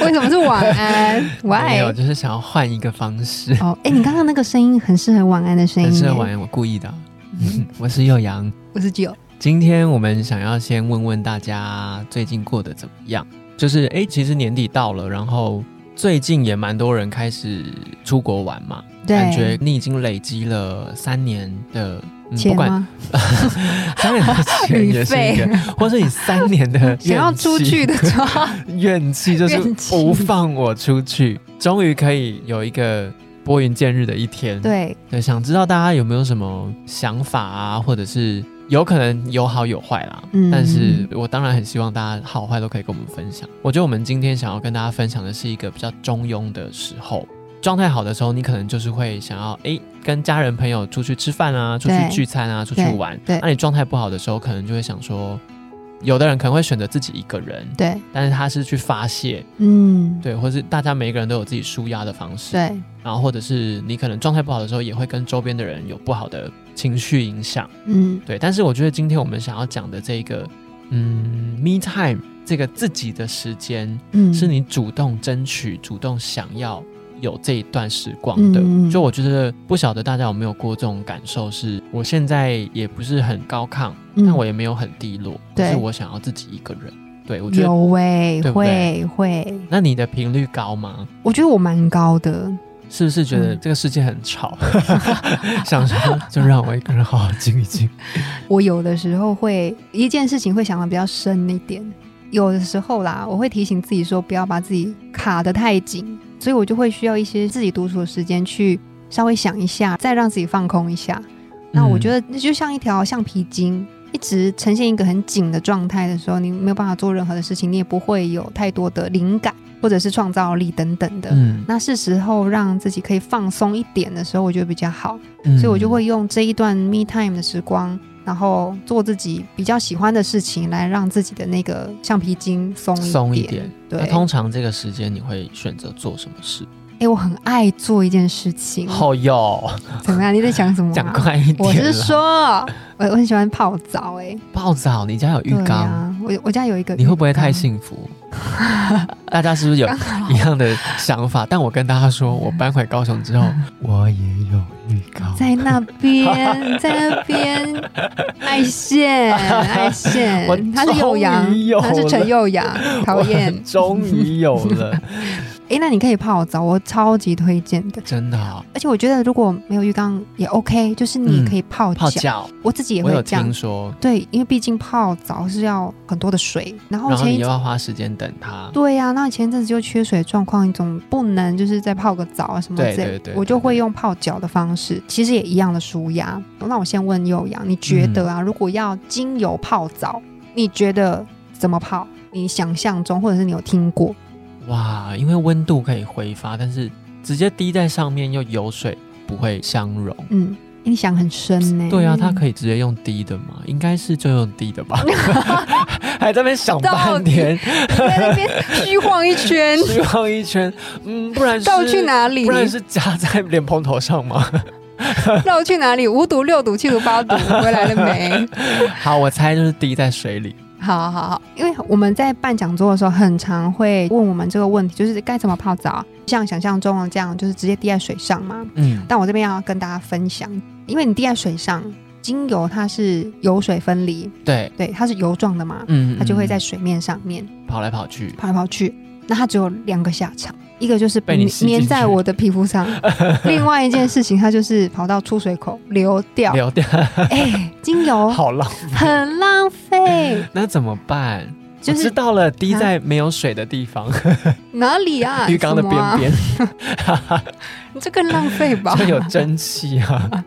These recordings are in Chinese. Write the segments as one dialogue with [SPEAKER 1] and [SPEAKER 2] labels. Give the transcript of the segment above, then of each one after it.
[SPEAKER 1] 为什么是 晚安
[SPEAKER 2] 没有，
[SPEAKER 1] ？Why？
[SPEAKER 2] 就是想要换一个方式，
[SPEAKER 1] 哦，哎、你刚刚那个声音很适合晚安的声音
[SPEAKER 2] 但
[SPEAKER 1] 耶，
[SPEAKER 2] 是晚安我故意的啊。 我是幼阳，
[SPEAKER 1] 我是具有，
[SPEAKER 2] 今天我们想要先问问大家最近过得怎么样？就是诶，其实年底到了，然后最近也蛮多人开始出国玩嘛，
[SPEAKER 1] 对，
[SPEAKER 2] 感觉你已经累积了三年的，嗯、不
[SPEAKER 1] 钱
[SPEAKER 2] 管
[SPEAKER 1] 吗？
[SPEAKER 2] 三年的 钱
[SPEAKER 1] 旅
[SPEAKER 2] 也是
[SPEAKER 1] 费
[SPEAKER 2] 一个， 或是你三年的怨气
[SPEAKER 1] 想要出去的 话，
[SPEAKER 2] 怨气，就是
[SPEAKER 1] 怨气
[SPEAKER 2] 不放我出去，终于可以有一个拨云见日的一天。
[SPEAKER 1] 对，
[SPEAKER 2] 对，想知道大家有没有什么想法啊，或者是有可能有好有坏啦。
[SPEAKER 1] 嗯
[SPEAKER 2] 但是我当然很希望大家好坏都可以跟我们分享。我觉得我们今天想要跟大家分享的是一个比较中庸的时候，状态好的时候，你可能就是会想要诶跟家人朋友出去吃饭啊，出
[SPEAKER 1] 对
[SPEAKER 2] 去聚餐啊，出去
[SPEAKER 1] 对
[SPEAKER 2] 玩。
[SPEAKER 1] 对
[SPEAKER 2] 那你状态不好的时候，可能就会想说，有的人可能会选择自己一个人，
[SPEAKER 1] 对，
[SPEAKER 2] 但是他是去发泄，
[SPEAKER 1] 嗯，
[SPEAKER 2] 对，或是大家每一个人都有自己舒压的方式。
[SPEAKER 1] 对，
[SPEAKER 2] 然后或者是你可能状态不好的时候，也会跟周边的人有不好的情绪影响。
[SPEAKER 1] 嗯，
[SPEAKER 2] 对，但是我觉得今天我们想要讲的这个，嗯，me time 这个自己的时间，
[SPEAKER 1] 嗯，
[SPEAKER 2] 是你主动争取、主动想要有这一段时光的。
[SPEAKER 1] 嗯嗯嗯
[SPEAKER 2] 就我觉得不晓得大家有没有过这种感受是，我现在也不是很高亢，
[SPEAKER 1] 嗯，
[SPEAKER 2] 但我也没有很低落，
[SPEAKER 1] 对
[SPEAKER 2] 就是我想要自己一个人。对，我觉得。
[SPEAKER 1] 有哎、
[SPEAKER 2] 对不
[SPEAKER 1] 会
[SPEAKER 2] 对
[SPEAKER 1] 会，
[SPEAKER 2] 那你的频率高吗？
[SPEAKER 1] 我觉得我蛮高的，
[SPEAKER 2] 是不是觉得
[SPEAKER 1] 嗯
[SPEAKER 2] 这个世界很吵？ 想说就让我一个人好好静一静。
[SPEAKER 1] 我有的时候会一件事情会想的比较深一点，有的时候啦，我会提醒自己说不要把自己卡得太紧，所以我就会需要一些自己独处的时间去稍微想一下，再让自己放空一下。 那
[SPEAKER 2] 嗯
[SPEAKER 1] 我觉得那就像一条橡皮筋，一直呈现一个很紧的状态的时候，你没有办法做任何的事情，你也不会有太多的灵感或者是创造力等等的。
[SPEAKER 2] 嗯，
[SPEAKER 1] 那是时候让自己可以放松一点的时候，我觉得比较好。
[SPEAKER 2] 嗯
[SPEAKER 1] 所以我就会用这一段 me time 的时光，然后做自己比较喜欢的事情，来让自己的那个橡皮筋松
[SPEAKER 2] 松
[SPEAKER 1] 一
[SPEAKER 2] 一
[SPEAKER 1] 点
[SPEAKER 2] 点。
[SPEAKER 1] 对，
[SPEAKER 2] 那
[SPEAKER 1] 哎
[SPEAKER 2] 通、常这个时间你会选择做什么事？
[SPEAKER 1] 我很爱做一件事情。
[SPEAKER 2] 好哟，
[SPEAKER 1] 怎么样？你在想什么、
[SPEAKER 2] 讲
[SPEAKER 1] 啊？
[SPEAKER 2] 快一点啦。
[SPEAKER 1] 我是说，我我很喜欢泡澡、哎，
[SPEAKER 2] 泡澡，你家有浴
[SPEAKER 1] 对
[SPEAKER 2] 缸，
[SPEAKER 1] 啊，我我家有一个浴缸，
[SPEAKER 2] 你会不会太幸福？ 大家是不是有
[SPEAKER 1] 刚好
[SPEAKER 2] 一样的想法？但我跟大 家说，我搬回高雄之后，我也有浴缸。
[SPEAKER 1] 在那边，在那边，爱线，爱线
[SPEAKER 2] 我，
[SPEAKER 1] 他是幼阳
[SPEAKER 2] 终于有，
[SPEAKER 1] 他是陈
[SPEAKER 2] 了
[SPEAKER 1] 幼阳，讨厌
[SPEAKER 2] 我。终于有了，
[SPEAKER 1] 哎、那你可以泡澡，我超级推荐的。
[SPEAKER 2] 真的哦、
[SPEAKER 1] 而且我觉得如果没有浴缸也 OK，就是你
[SPEAKER 2] 嗯
[SPEAKER 1] 可以泡脚。
[SPEAKER 2] 泡脚，
[SPEAKER 1] 我自己也
[SPEAKER 2] 我有
[SPEAKER 1] 会这样
[SPEAKER 2] 听。说，
[SPEAKER 1] 对，因为毕竟泡澡是要很多的水，然后
[SPEAKER 2] 然后
[SPEAKER 1] 前
[SPEAKER 2] 你
[SPEAKER 1] 一
[SPEAKER 2] 又
[SPEAKER 1] 阵
[SPEAKER 2] 要花时间等它。
[SPEAKER 1] 对呀、那前一阵子就缺水状况，你总不能就是再泡个澡啊什么之类
[SPEAKER 2] 对
[SPEAKER 1] 的。
[SPEAKER 2] 对对
[SPEAKER 1] 我
[SPEAKER 2] 对
[SPEAKER 1] 就会
[SPEAKER 2] 对
[SPEAKER 1] 用泡脚的方式，其实也一样的舒压。那我先问悠扬，你觉得
[SPEAKER 2] 嗯
[SPEAKER 1] 啊，如果要精油泡澡，你觉得怎么泡？你想象中，或者是你有听过？
[SPEAKER 2] 哇，因为温度可以挥发，但是直接滴在上面又有水，不会相融。
[SPEAKER 1] 嗯，你想很深呢、
[SPEAKER 2] 对啊，它可以直接用滴的嘛，应该是就用滴的吧，还在那边想半天，，
[SPEAKER 1] 在那边虚晃一圈
[SPEAKER 2] 虚晃一圈，嗯，不然是
[SPEAKER 1] 绕去？哪里？
[SPEAKER 2] 不然是夹在脸盆头上吗？
[SPEAKER 1] 绕去哪里？五堵、六堵、七堵、八 堵，回来了没？
[SPEAKER 2] 好，我猜就是滴在水里。
[SPEAKER 1] 好好好，因为我们在办讲座的时候，很常会问我们这个问题，就是该怎么泡澡？像想象中的这样，就是直接滴在水上嘛。
[SPEAKER 2] 嗯，
[SPEAKER 1] 但我这边要跟大家分享，因为你滴在水上，精油它是油水分离，
[SPEAKER 2] 对，
[SPEAKER 1] 对，它是油状的嘛，
[SPEAKER 2] 嗯，
[SPEAKER 1] 它就会
[SPEAKER 2] 嗯
[SPEAKER 1] 在水面上面
[SPEAKER 2] 嗯跑来跑去。
[SPEAKER 1] 跑来跑去。那它只有两个下场，一个就是
[SPEAKER 2] 被你
[SPEAKER 1] 粘
[SPEAKER 2] 吸进
[SPEAKER 1] 粘在
[SPEAKER 2] 去
[SPEAKER 1] 我的皮肤 上，另外一件事情它就是跑到出水口流掉。
[SPEAKER 2] 流掉，
[SPEAKER 1] 哎、精油
[SPEAKER 2] 好浪费，
[SPEAKER 1] 很浪费，
[SPEAKER 2] 那怎么办？
[SPEAKER 1] 就
[SPEAKER 2] 我知
[SPEAKER 1] 是
[SPEAKER 2] 道了，滴在没有水的地方，
[SPEAKER 1] 哪里啊？
[SPEAKER 2] 浴缸的
[SPEAKER 1] 什
[SPEAKER 2] 边
[SPEAKER 1] 么啊，
[SPEAKER 2] 边，。
[SPEAKER 1] 这更浪费吧
[SPEAKER 2] 就有蒸汽啊。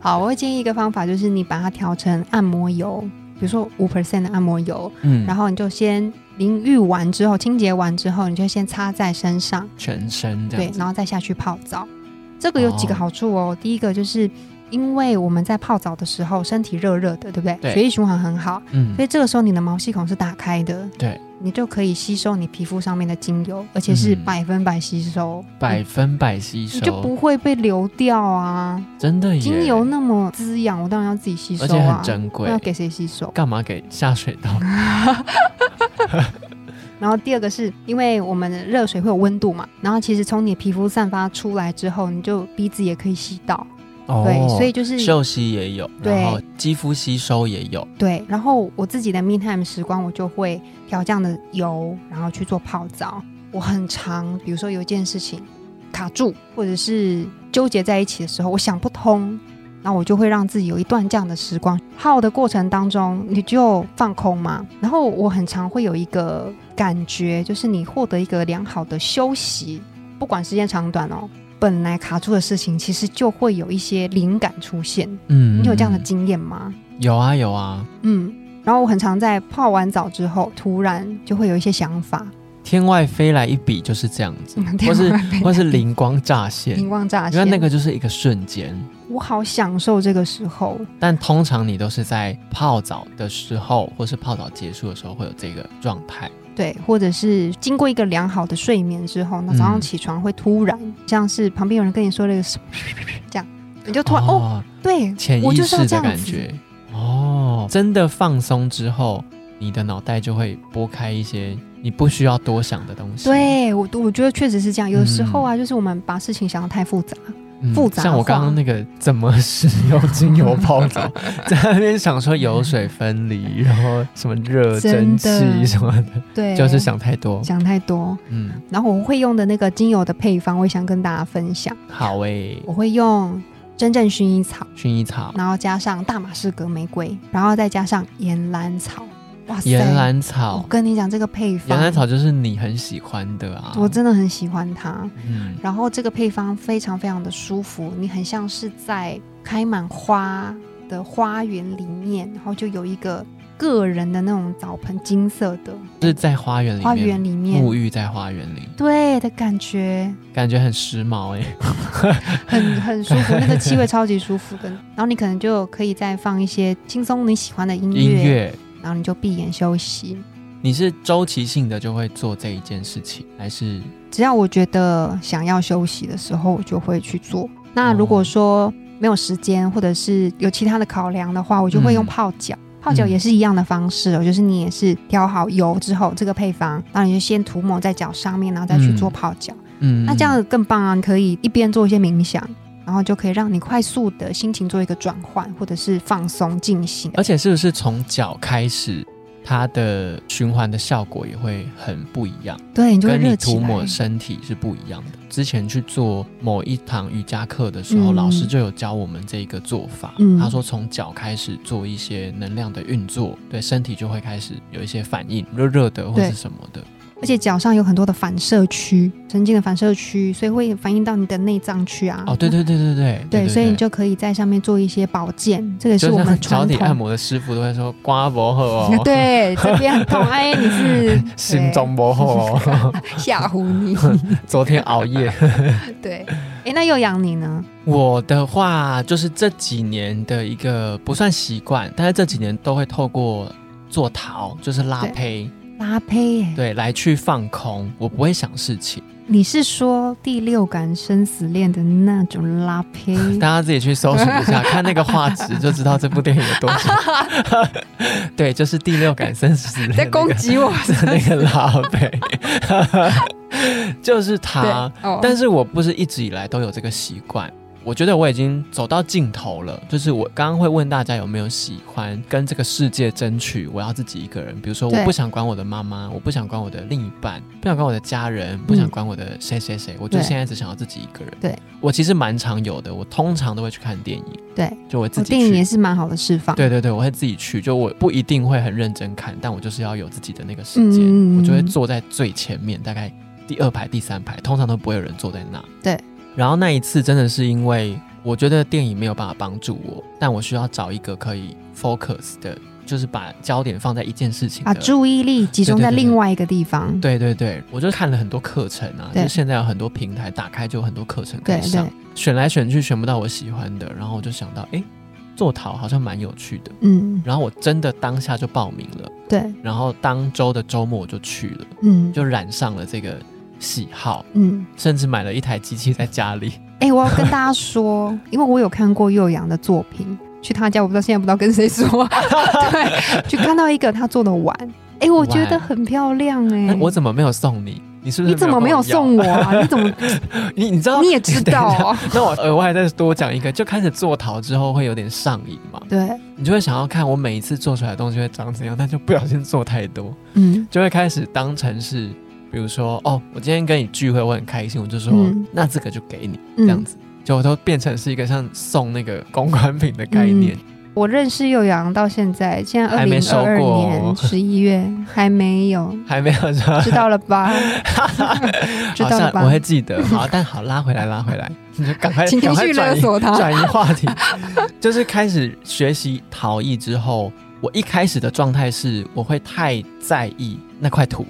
[SPEAKER 1] 好，我会建议一个方法，就是你把它调成按摩油，比如说五 percent 的按摩油，
[SPEAKER 2] 嗯
[SPEAKER 1] 然后你就先淋浴完之后，清洁完之后，你就先擦在身上，
[SPEAKER 2] 全身这
[SPEAKER 1] 对
[SPEAKER 2] 样，子。哦
[SPEAKER 1] 然后再下去泡澡。这个有几个好处哦。第一个就是因为我们在泡澡的时候身体热热的，对不对？
[SPEAKER 2] 对
[SPEAKER 1] 血液循环很好，
[SPEAKER 2] 嗯
[SPEAKER 1] 所，以这个时候你的毛细孔是打开的，
[SPEAKER 2] 对，
[SPEAKER 1] 你就可以吸收你皮肤上面的精油，而且是
[SPEAKER 2] 嗯
[SPEAKER 1] 百分百吸收，
[SPEAKER 2] 百分百吸
[SPEAKER 1] 你就
[SPEAKER 2] 收，
[SPEAKER 1] 不会被流掉啊。
[SPEAKER 2] 真的耶，
[SPEAKER 1] 精油那么滋养，我当然要自己吸收
[SPEAKER 2] 而且
[SPEAKER 1] 啊
[SPEAKER 2] 很，珍贵
[SPEAKER 1] 那，要给谁吸收？
[SPEAKER 2] 干嘛给下水道？
[SPEAKER 1] 然后第二个是因为我们的热水会有温度嘛，然后其实从你皮肤散发出来之后，你就鼻子也可以吸到，
[SPEAKER 2] 哦
[SPEAKER 1] 对，所以就是
[SPEAKER 2] 嗅吸也有，
[SPEAKER 1] 对
[SPEAKER 2] 然后肌肤吸收也有，
[SPEAKER 1] 对。然后我自己的 me time 时光，我就会调这样的油，然后去做泡澡。我很常，比如说有一件事情卡住，或者是纠结在一起的时候，我想不通。那我就会让自己有一段这样的时光，耗的过程当中，你就放空嘛。然后我很常会有一个感觉，就是你获得一个良好的休息，不管时间长短哦，本来卡住的事情，其实就会有一些灵感出现。
[SPEAKER 2] 嗯，
[SPEAKER 1] 你有这样的
[SPEAKER 2] 嗯
[SPEAKER 1] 经验吗？
[SPEAKER 2] 有啊有啊，
[SPEAKER 1] 嗯，然后我很常在泡完澡之后，突然就会有一些想法，
[SPEAKER 2] 天外飞来一笔就是这样 子，
[SPEAKER 1] 嗯
[SPEAKER 2] 或是
[SPEAKER 1] 天花板
[SPEAKER 2] 或是灵光乍现，
[SPEAKER 1] 灵光乍
[SPEAKER 2] 因
[SPEAKER 1] 现。
[SPEAKER 2] 为那个就是一个瞬间。
[SPEAKER 1] 我好享受这个时候，
[SPEAKER 2] 但通常你都是在泡澡的时候，或是泡澡结束的时候会有这个状态。
[SPEAKER 1] 对，或者是经过一个良好的睡眠之后，那早上
[SPEAKER 2] 嗯
[SPEAKER 1] 起床会突然、像是旁边有人跟你说了一个什么这样，你就突然哦
[SPEAKER 2] 嗯哦，
[SPEAKER 1] 对，
[SPEAKER 2] 潜
[SPEAKER 1] 我
[SPEAKER 2] 意
[SPEAKER 1] 就是要
[SPEAKER 2] 识
[SPEAKER 1] 这样
[SPEAKER 2] 的感
[SPEAKER 1] 子。
[SPEAKER 2] 觉。哦，真的放松之后，你的脑袋就会拨开一些你不需要多想的东西。
[SPEAKER 1] 对我，我觉得确实是这样。有时候啊，就是我们把事情想得太复杂，
[SPEAKER 2] 嗯，
[SPEAKER 1] 复杂
[SPEAKER 2] 像我刚
[SPEAKER 1] 化
[SPEAKER 2] 刚那个怎么使用精油 泡澡，在那边想说油水分离，然后什么热
[SPEAKER 1] 真
[SPEAKER 2] 蒸
[SPEAKER 1] 的
[SPEAKER 2] 汽什么的，
[SPEAKER 1] 对，
[SPEAKER 2] 就是想太多。
[SPEAKER 1] 想太多。
[SPEAKER 2] 嗯，
[SPEAKER 1] 然后我会用的那个精油的配方，我也想跟大家分享。
[SPEAKER 2] 好诶、
[SPEAKER 1] 我会用真正薰衣草，
[SPEAKER 2] 薰衣草、
[SPEAKER 1] 然后加上大马士革玫瑰，然后再加上岩兰草。哇塞！
[SPEAKER 2] 岩兰
[SPEAKER 1] 我
[SPEAKER 2] 草，
[SPEAKER 1] 跟你讲这个配方，
[SPEAKER 2] 岩兰草就是你很喜欢的啊。
[SPEAKER 1] 我真的很喜欢它。
[SPEAKER 2] 嗯，
[SPEAKER 1] 然后这个配方非常非常的舒服，你很像是在开满花的花园里面，然后就有一个个人的那种澡盆，金色的
[SPEAKER 2] 就是在花园里
[SPEAKER 1] 花
[SPEAKER 2] 面
[SPEAKER 1] 园里面，
[SPEAKER 2] 沐浴在花园里，
[SPEAKER 1] 对的感觉，
[SPEAKER 2] 感觉很时髦哎、
[SPEAKER 1] 很很舒服，那个气味超级舒服的。然后你可能就可以再放一些轻松你喜欢的音乐，
[SPEAKER 2] 音乐，
[SPEAKER 1] 然后你就闭眼休息。
[SPEAKER 2] 你是周期性的就会做这一件事情，还是
[SPEAKER 1] 只要我觉得想要休息的时候，我就会去做。那
[SPEAKER 2] 哦
[SPEAKER 1] 如果说没有时间，或者是有其他的考量的话，我就会用
[SPEAKER 2] 嗯
[SPEAKER 1] 泡脚。泡脚也是一样的方式哦，就是你也是调好油之后，这个配方，然后你就先涂抹在脚上面，然后再去做
[SPEAKER 2] 嗯
[SPEAKER 1] 泡脚。
[SPEAKER 2] 嗯，
[SPEAKER 1] 那这样更棒啊！你可以一边做一些冥想，然后就可以让你快速的心情做一个转换，或者是放松静心。
[SPEAKER 2] 而且是不是从脚开始，它的循环的效果也会很不一样，
[SPEAKER 1] 对你就会
[SPEAKER 2] 跟你
[SPEAKER 1] 热起
[SPEAKER 2] 涂
[SPEAKER 1] 来
[SPEAKER 2] 抹。身体是不一样的。之前去做某一堂瑜伽课的时候，
[SPEAKER 1] 嗯
[SPEAKER 2] 老师就有教我们这一个做法。
[SPEAKER 1] 嗯
[SPEAKER 2] 他说从脚开始做一些能量的运作，对身体就会开始有一些反应，热热的或
[SPEAKER 1] 对
[SPEAKER 2] 是什么的。
[SPEAKER 1] 而且脚上有很多的反射区，神经的反射区，所以会反映到你的内脏区啊。
[SPEAKER 2] 哦，对对对对对嗯
[SPEAKER 1] 对，所以你就可以在上面做一些保健，这个是
[SPEAKER 2] 就
[SPEAKER 1] 我
[SPEAKER 2] 像
[SPEAKER 1] 们
[SPEAKER 2] 脚
[SPEAKER 1] 传
[SPEAKER 2] 底按
[SPEAKER 1] 统。
[SPEAKER 2] 摩的师傅都会说刮脖后 哦，
[SPEAKER 1] 对，这边很痛，哎，你是
[SPEAKER 2] 心中不后哦，
[SPEAKER 1] 对 吓唬你。
[SPEAKER 2] 昨天熬夜。
[SPEAKER 1] 对，哎，那又养你呢？
[SPEAKER 2] 我的话就是这几年的一个不算习惯，但是这几年都会透过做陶，就是拉胚，
[SPEAKER 1] 拉胚耶，
[SPEAKER 2] 对，来去放空。我不会想事情，
[SPEAKER 1] 你是说第六感生死恋的那种拉 胚？
[SPEAKER 2] 大家自己去搜寻一下，看那个画质就知道这部电影有多久。 对，就是第六感生死恋、那个
[SPEAKER 1] 在攻击我
[SPEAKER 2] 是 那个拉胚， 就是他。
[SPEAKER 1] 哦
[SPEAKER 2] 啊但是我不是一直以来都有这个习惯。我觉得我已经走到尽头了，就是我刚刚会问大家有没有喜欢跟这个世界争取，我要自己一个人。比如说，
[SPEAKER 1] 对
[SPEAKER 2] 我不想管我的妈妈，我不想管我的另一半，不想管我的家人，不想管我的谁谁谁，我
[SPEAKER 1] 嗯
[SPEAKER 2] 就
[SPEAKER 1] 对
[SPEAKER 2] 现在只想要自己一个人。
[SPEAKER 1] 对，
[SPEAKER 2] 我其实蛮常有的，我通常都会去看电影，
[SPEAKER 1] 对，
[SPEAKER 2] 就我
[SPEAKER 1] 我
[SPEAKER 2] 自己
[SPEAKER 1] 电影也
[SPEAKER 2] 去。
[SPEAKER 1] 是蛮好的释放。
[SPEAKER 2] 对对对，我会自己去，就我不一定会很认真看，但我就是要有自己的那个时间，
[SPEAKER 1] 嗯嗯嗯
[SPEAKER 2] 我就会坐在最前面，大概第二排、第三排，通常都不会有人坐在那。
[SPEAKER 1] 对。
[SPEAKER 2] 然后那一次真的是因为我觉得电影没有办法帮助我，但我需要找一个可以 focus 的就是把焦点放在一件事情
[SPEAKER 1] 把
[SPEAKER 2] 的。
[SPEAKER 1] 啊注意力集中在另外一个地方。
[SPEAKER 2] 对对对，我就看了很多课程啊，
[SPEAKER 1] 对
[SPEAKER 2] 就现在有很多平台打开就有很多课程可
[SPEAKER 1] 对
[SPEAKER 2] 以
[SPEAKER 1] 对
[SPEAKER 2] 上，，选来选去选不到我喜欢的，然后我就想到，哎，做陶好像蛮有趣的，
[SPEAKER 1] 嗯，
[SPEAKER 2] 然后我真的当下就报名了，
[SPEAKER 1] 对，
[SPEAKER 2] 然后当周的周末我就去了，
[SPEAKER 1] 嗯，
[SPEAKER 2] 就染上了这个喜好，
[SPEAKER 1] 嗯。
[SPEAKER 2] 甚至买了一台机器在家里。
[SPEAKER 1] 哎、我要跟大家说，因为我有看过幼阳的作品，去他家，我不知道现在不知道跟谁说， 对，去看到一个他做的碗，哎、我觉得
[SPEAKER 2] 碗
[SPEAKER 1] 很漂亮哎、
[SPEAKER 2] 哎我怎么没有送你？你是不是
[SPEAKER 1] 你怎么没有送
[SPEAKER 2] 我？
[SPEAKER 1] 我啊？你怎么
[SPEAKER 2] 你你知道
[SPEAKER 1] 你也知道、 哦？
[SPEAKER 2] 那我额外再多讲一个，就开始做陶之后会有点上瘾嘛，
[SPEAKER 1] 对，
[SPEAKER 2] 你就会想要看我每一次做出来的东西会长怎样，但就不小心做太多，
[SPEAKER 1] 嗯，
[SPEAKER 2] 就会开始当成是，比如说哦，我今天跟你聚会，我很开心，我就说、
[SPEAKER 1] 嗯
[SPEAKER 2] 那这个就给你
[SPEAKER 1] 这
[SPEAKER 2] 这样子，就都变成是一个像送那个公关品的概
[SPEAKER 1] 嗯
[SPEAKER 2] 念，
[SPEAKER 1] 我认识幼阳到现在，现在二
[SPEAKER 2] 还没
[SPEAKER 1] 零
[SPEAKER 2] 收
[SPEAKER 1] 二二
[SPEAKER 2] 过哦
[SPEAKER 1] 年十一月还没有，
[SPEAKER 2] 还没有 说
[SPEAKER 1] 知道了 吧？知
[SPEAKER 2] 好
[SPEAKER 1] 道了
[SPEAKER 2] 像
[SPEAKER 1] 吧
[SPEAKER 2] 我会记得。好，但好拉回来，拉回来，你就赶快
[SPEAKER 1] 情
[SPEAKER 2] 赶快
[SPEAKER 1] 绪勒
[SPEAKER 2] 转移
[SPEAKER 1] 索他，
[SPEAKER 2] 转移话题，就是开始学习陶艺之后，我一开始的状态是我会太在意那块土，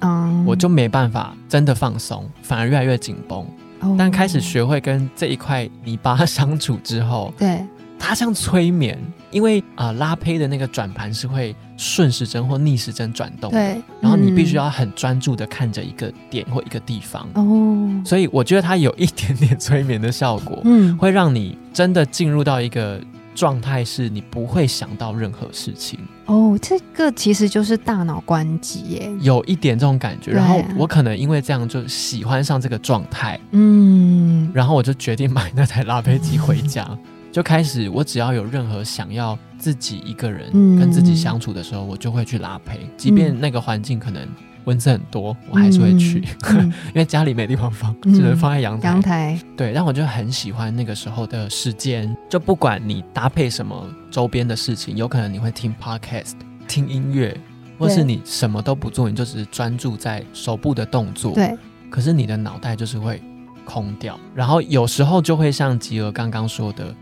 [SPEAKER 1] 嗯
[SPEAKER 2] 我就没办法真的放松，反而越来越紧绷。
[SPEAKER 1] 哦
[SPEAKER 2] 但开始学会跟这一块泥巴相处之后，
[SPEAKER 1] 对，
[SPEAKER 2] 它像催眠，因为啊、呃拉胚的那个转盘是会顺时针或逆时针转动的，
[SPEAKER 1] 对
[SPEAKER 2] 然后你必须
[SPEAKER 1] 嗯
[SPEAKER 2] 要很专注的看着一个点或一个地方，
[SPEAKER 1] 哦，
[SPEAKER 2] 所以我觉得它有一点点催眠的效果。
[SPEAKER 1] 嗯，
[SPEAKER 2] 会让你真的进入到一个状态，是你不会想到任何事情，
[SPEAKER 1] 哦，这个其实就是大脑关机耶，
[SPEAKER 2] 有一点这种感觉。
[SPEAKER 1] 对啊
[SPEAKER 2] 然后我可能因为这样就喜欢上这个状态，
[SPEAKER 1] 嗯，
[SPEAKER 2] 然后我就决定买那台拉菲机 回家，就开始我只要有任何想要自己一个人
[SPEAKER 1] 嗯
[SPEAKER 2] 跟自己相处的时候，我就会去拉胚，即便那个环境可能。蚊子很多，我还是会去，
[SPEAKER 1] 嗯
[SPEAKER 2] 因为家里没地方放，
[SPEAKER 1] 嗯
[SPEAKER 2] 只能放在阳台。
[SPEAKER 1] 阳台，
[SPEAKER 2] 对，但我就很喜欢那个时候的时间，就不管你搭配什么周边的事情，有可能你会听 podcast、听音乐，或是
[SPEAKER 1] 对
[SPEAKER 2] 你什么都不做，你就只是专注在手部的动作。，
[SPEAKER 1] 对，
[SPEAKER 2] 可是你的脑袋就是会空掉，然后有时候就会像吉儿刚刚说的，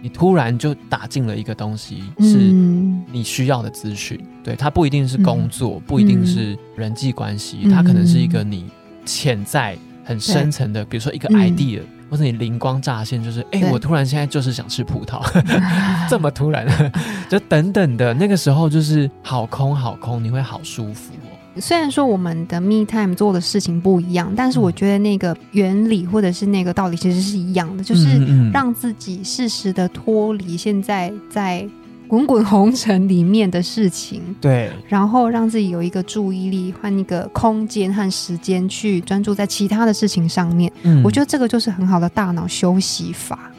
[SPEAKER 2] 你突然就打进了一个东西是。
[SPEAKER 1] 嗯，
[SPEAKER 2] 你需要的资讯，对它不一定是工作，不一定是人际关系，
[SPEAKER 1] 嗯
[SPEAKER 2] 它可能是一个你潜在很深层的，比如说一个
[SPEAKER 1] 嗯
[SPEAKER 2] idea，、或者你灵光乍现，就是哎、
[SPEAKER 1] 对
[SPEAKER 2] 我突然现在就是想吃葡萄， 这么突然， 就等等的，那个时候就是好空好空，你会好舒服哦。
[SPEAKER 1] 虽然说我们的 me time 做的事情不一样，但是我觉得那个原理或者是那个道理其实是一样的，就是
[SPEAKER 2] 嗯嗯嗯
[SPEAKER 1] 让自己适时的脱离现在在滚滚红尘里面的事情。
[SPEAKER 2] 对
[SPEAKER 1] 然后让自己有一个注意力和一个空间和时间去专注在其他的事情上面，
[SPEAKER 2] 嗯
[SPEAKER 1] 我觉得这个就是很好的大脑休息法。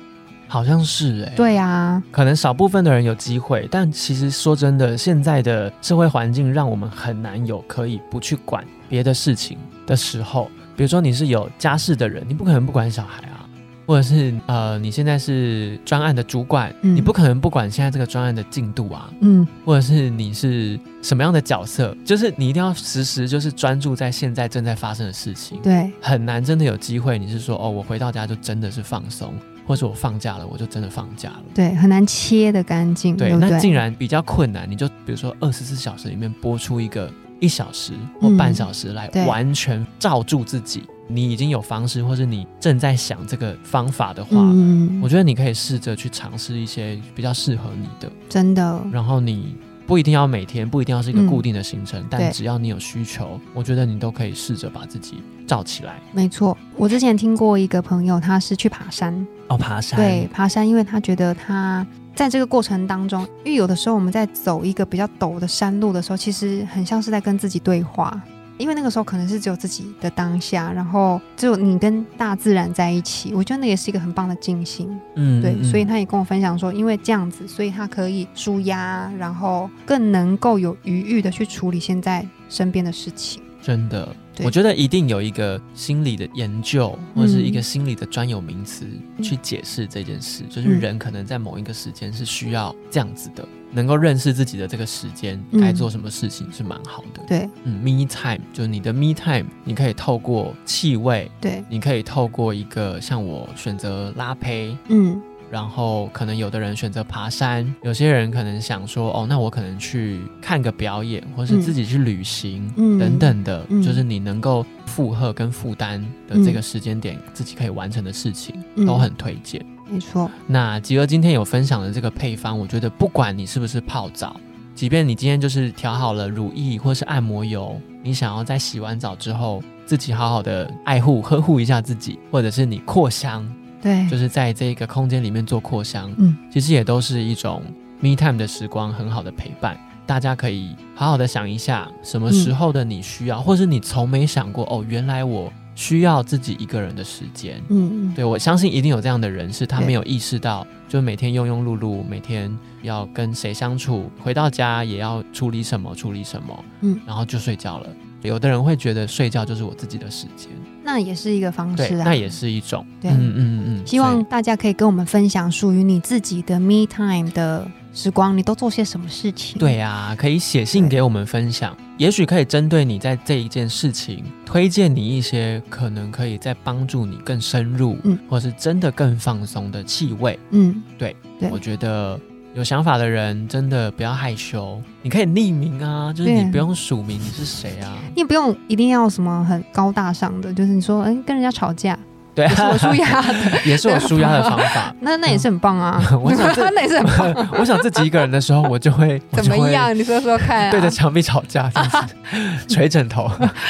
[SPEAKER 2] 好像是哎、
[SPEAKER 1] 对啊，
[SPEAKER 2] 可能少部分的人有机会，但其实说真的，现在的社会环境让我们很难有可以不去管别的事情的时候。比如说你是有家室的人，你不可能不管小孩啊，或者是呃，你现在是专案的主管，
[SPEAKER 1] 嗯
[SPEAKER 2] 你不可能不管现在这个专案的进度啊，
[SPEAKER 1] 嗯，
[SPEAKER 2] 或者是你是什么样的角色，就是你一定要时时就是专注在现在正在发生的事情。
[SPEAKER 1] 对，
[SPEAKER 2] 很难真的有机会，你是说哦，我回到家就真的是放松，或者我放假了，我就真的放假了。
[SPEAKER 1] 对，很难切的干净，对
[SPEAKER 2] 对，
[SPEAKER 1] 不对？
[SPEAKER 2] 那竟然比较困难，你就比如说二十四小时里面播出一个一小时或半小时来
[SPEAKER 1] 嗯对
[SPEAKER 2] 完全罩住自己，你已经有方式，或是你正在想这个方法的话，
[SPEAKER 1] 嗯，
[SPEAKER 2] 我觉得你可以试着去尝试一些比较适合你的，
[SPEAKER 1] 真的，
[SPEAKER 2] 然后你。不一定要每天，不一定要是一个
[SPEAKER 1] 嗯
[SPEAKER 2] 固定的行程，但
[SPEAKER 1] 对
[SPEAKER 2] 只要你有需求，我觉得你都可以试着把自己罩起来。
[SPEAKER 1] 没错。我之前听过一个朋友，他是去爬山，
[SPEAKER 2] 哦，爬山，
[SPEAKER 1] 对，爬山，因为他觉得他在这个过程当中，因为有的时候我们在走一个比较陡的山路的时候，其实很像是在跟自己对话。因为那个时候可能是只有自己的当下，然后只有你跟大自然在一起，我觉得那也是一个很棒的静心。
[SPEAKER 2] 嗯，
[SPEAKER 1] 对，
[SPEAKER 2] 嗯
[SPEAKER 1] 所以
[SPEAKER 2] 嗯
[SPEAKER 1] 他也跟我分享说，因为这样子，所以他可以舒压，然后更能够有余裕的去处理现在身边的事情。
[SPEAKER 2] 真的，
[SPEAKER 1] 对
[SPEAKER 2] 我觉得一定有一个心理的研究，或是一个
[SPEAKER 1] 嗯
[SPEAKER 2] 心理的专有名词、
[SPEAKER 1] 嗯
[SPEAKER 2] 去解释这件事，就是
[SPEAKER 1] 嗯
[SPEAKER 2] 人可能在某一个时间是需要这样子的，能够认识自己的这个时间
[SPEAKER 1] 嗯
[SPEAKER 2] 该做什么事情是蛮好的。
[SPEAKER 1] 对
[SPEAKER 2] 嗯 m e time 就是你的 me time，你可以透过气味，
[SPEAKER 1] 对，
[SPEAKER 2] 你可以透过一个像我选择拉胚，
[SPEAKER 1] 嗯，
[SPEAKER 2] 然后可能有的人选择爬山，有些人可能想说，哦，那我可能去看个表演，或是
[SPEAKER 1] 嗯
[SPEAKER 2] 自己去旅行、
[SPEAKER 1] 嗯
[SPEAKER 2] 等等的，
[SPEAKER 1] 嗯
[SPEAKER 2] 就是你能够负荷跟负担的这个时间点，自己可以完成的事情，
[SPEAKER 1] 嗯
[SPEAKER 2] 都很推荐。
[SPEAKER 1] 没错，
[SPEAKER 2] 那吉儿今天有分享的这个配方，我觉得不管你是不是泡澡，即便你今天就是调好了乳液或是按摩油，你想要在洗完澡之后自己好好的爱护呵护一下自己，或者是你扩香，
[SPEAKER 1] 对，
[SPEAKER 2] 就是在这个空间里面做扩香，
[SPEAKER 1] 嗯，
[SPEAKER 2] 其实也都是一种 me time 的时光，很好的陪伴。大家可以好好的想一下，什
[SPEAKER 1] 嗯
[SPEAKER 2] 么时候的你需要，或是你从没想过哦，原来我需要自己一个人的时间。
[SPEAKER 1] 嗯嗯，
[SPEAKER 2] 对，我相信一定有这样的人，是他
[SPEAKER 1] 对
[SPEAKER 2] 没有意识到，就每天庸庸碌碌，每天要跟谁相处，回到家也要处理什么处理什么，
[SPEAKER 1] 嗯，
[SPEAKER 2] 然后就睡觉了。有的人会觉得睡觉就是我自己的时间，
[SPEAKER 1] 那也是一个方
[SPEAKER 2] 对，
[SPEAKER 1] 式啊，
[SPEAKER 2] 那也是一种，
[SPEAKER 1] 对
[SPEAKER 2] 嗯嗯嗯，
[SPEAKER 1] 希
[SPEAKER 2] 所
[SPEAKER 1] 望
[SPEAKER 2] 以
[SPEAKER 1] 大家可以跟我们分享属于你自己的 me time 的时光，你都做些什么事情？
[SPEAKER 2] 对啊，可以写信给我们分享，也许可以针对你在这一件事情，推荐你一些可能可以再帮助你更深入，
[SPEAKER 1] 嗯
[SPEAKER 2] 或是真的更放松的气味。
[SPEAKER 1] 嗯，对
[SPEAKER 2] 我觉得有想法的人真的不要害羞，你可以匿名啊，就是
[SPEAKER 1] 对
[SPEAKER 2] 你不用署名你是谁 啊，
[SPEAKER 1] 你也不用一定要什么很高大上的，就是你说，嗯，跟人家吵 架
[SPEAKER 2] 对啊
[SPEAKER 1] 也是我舒压的，
[SPEAKER 2] 也是我舒压的方
[SPEAKER 1] 。
[SPEAKER 2] 法，
[SPEAKER 1] 那那也是很棒啊
[SPEAKER 2] 我想这
[SPEAKER 1] 那也是很棒。
[SPEAKER 2] 我想自己一个人的时候，我就会
[SPEAKER 1] 怎
[SPEAKER 2] 我就
[SPEAKER 1] 么
[SPEAKER 2] 会
[SPEAKER 1] 样？你说说看、啊。
[SPEAKER 2] 对着，墙壁吵架，这样 子捶枕头，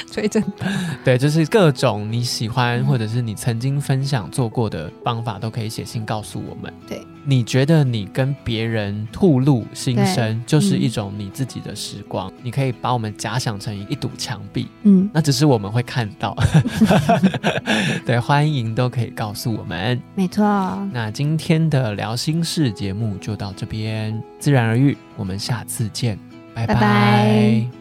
[SPEAKER 1] 所以真
[SPEAKER 2] 对，就是各种你喜
[SPEAKER 1] 嗯
[SPEAKER 2] 欢或者是你曾经分享做过的方法，都可以写信告诉我们。
[SPEAKER 1] 对，
[SPEAKER 2] 你觉得你跟别人吐露心声，就是
[SPEAKER 1] 嗯
[SPEAKER 2] 一种你自己的时光，你可以把我们假想成一堵墙壁，
[SPEAKER 1] 嗯，
[SPEAKER 2] 那只是我们会看 到。 对，欢迎都可以告诉我们。
[SPEAKER 1] 没错。
[SPEAKER 2] 那今天的聊心事节目就到这边，自然而愈，我们下次见，拜
[SPEAKER 1] 拜拜